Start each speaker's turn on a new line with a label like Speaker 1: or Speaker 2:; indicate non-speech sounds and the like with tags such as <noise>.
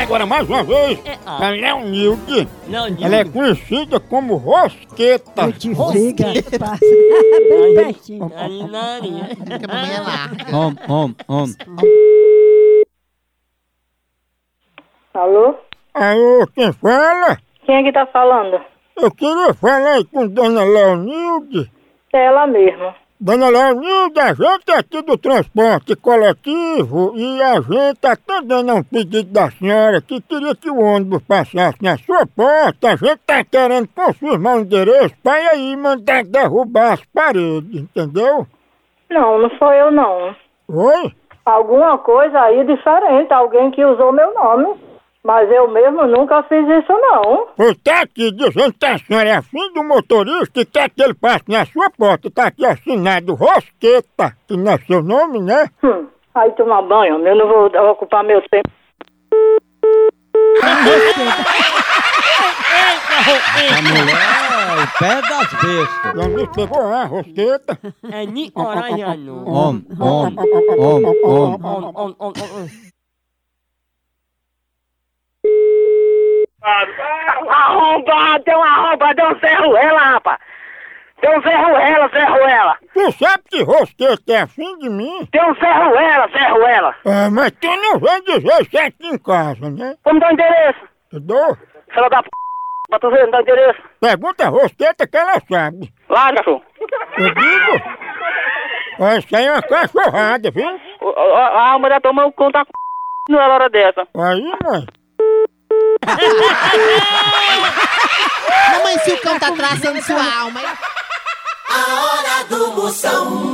Speaker 1: agora mais uma vez.
Speaker 2: É, ó.
Speaker 1: A Leonilde.
Speaker 2: Não,
Speaker 1: Ela é conhecida como Rosqueta.
Speaker 3: Eu te diga, passa bem pertinho.
Speaker 2: Narinha.
Speaker 4: Om, om, om.
Speaker 5: Alô?
Speaker 1: Alô, quem fala?
Speaker 5: Quem é que tá falando?
Speaker 1: Eu queria falar aí com Dona Leonilde.
Speaker 5: É ela mesma.
Speaker 1: Dona Leonilde, a gente é aqui do transporte coletivo e a gente está dando um pedido da senhora que queria que o ônibus passasse na sua porta. A gente está querendo confirmar o endereço para ir aí mandar derrubar as paredes, entendeu?
Speaker 5: Não, não sou eu não.
Speaker 1: Oi?
Speaker 5: Alguma coisa aí diferente, alguém que usou meu nome. Mas eu mesmo nunca fiz isso não.
Speaker 1: Pois tá aqui dizendo que a senhora é afim do motorista e quer que ele passe na sua porta. Tá aqui assinado Rosqueta, que não é seu nome, né?
Speaker 5: Hum, aí toma banho, eu não vou ocupar meu tempo.
Speaker 4: A mulher é o pé das bestas.
Speaker 1: Já me pegou a Rosqueta.
Speaker 2: É Nicoraiano.
Speaker 4: Om, om, om, om.
Speaker 2: On, on, on, on.
Speaker 6: Arrombado, tem um arrombado, tem um ferroela, rapaz. Tem um ferroela, ferroela.
Speaker 1: Tu sabe que Rosqueta é afim de mim?
Speaker 6: Tem um ferroela, ferroela.
Speaker 1: É, mas tu não vai dizer isso aqui em casa, né?
Speaker 6: Como dá o um endereço?
Speaker 1: Eu dou.
Speaker 6: Fela da p. Pra tu ver, não dá o endereço.
Speaker 1: Pergunta a Rosqueta que ela sabe.
Speaker 6: Lá, cachorro.
Speaker 1: Eu digo. Ó, Isso aí é uma cachorrada, viu?
Speaker 6: Ó, ó, A mulher tomou conta com <laughs> não é hora dessa.
Speaker 1: Aí, mãe.
Speaker 7: Mamãe, se o cão tá traçando sua alma, hein?
Speaker 8: A hora do Moção.